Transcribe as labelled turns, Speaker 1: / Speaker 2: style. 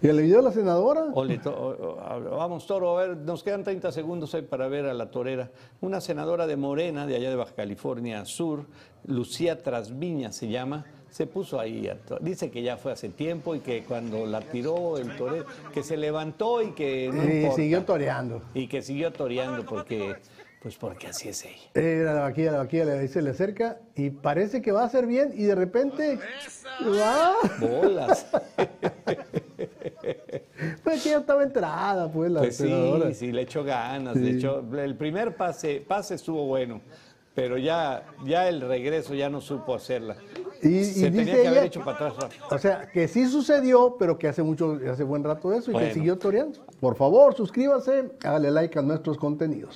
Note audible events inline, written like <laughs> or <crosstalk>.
Speaker 1: ¿Y el video de la senadora?
Speaker 2: O le to- o- o- vamos, Toro, a ver, nos quedan 30 segundos ahí para ver a la torera. Una senadora de Morena, de allá de Baja California Sur, Lucía Trasviña se llama, se puso ahí. a to- Dice que ya fue hace tiempo y que cuando la tiró el torero, que se levantó y que no
Speaker 1: y
Speaker 2: importa.
Speaker 1: siguió toreando.
Speaker 2: Y que siguió toreando porque, pues porque así es ella.
Speaker 1: Eh, la vaquilla, la vaquilla le dice, le acerca y parece que va a hacer bien y de repente. <laughs> ¡Ah!
Speaker 2: Bolas.
Speaker 1: Pues que ya estaba entrada, pues, la
Speaker 2: Pues
Speaker 1: senadora.
Speaker 2: sí, sí, le echó ganas, le
Speaker 1: Sí.
Speaker 2: echó- el primer pase, pase estuvo bueno, pero ya, ya el regreso ya no supo hacerla.
Speaker 1: Y- y
Speaker 2: Se tenía
Speaker 1: dice
Speaker 2: que haber
Speaker 1: ella-
Speaker 2: hecho para atrás rápido.
Speaker 1: O sea, que sí sucedió, pero que hace mucho, hace buen rato eso y
Speaker 2: Bueno.
Speaker 1: que siguió toreando. Por favor, suscríbase, dale like a nuestros contenidos.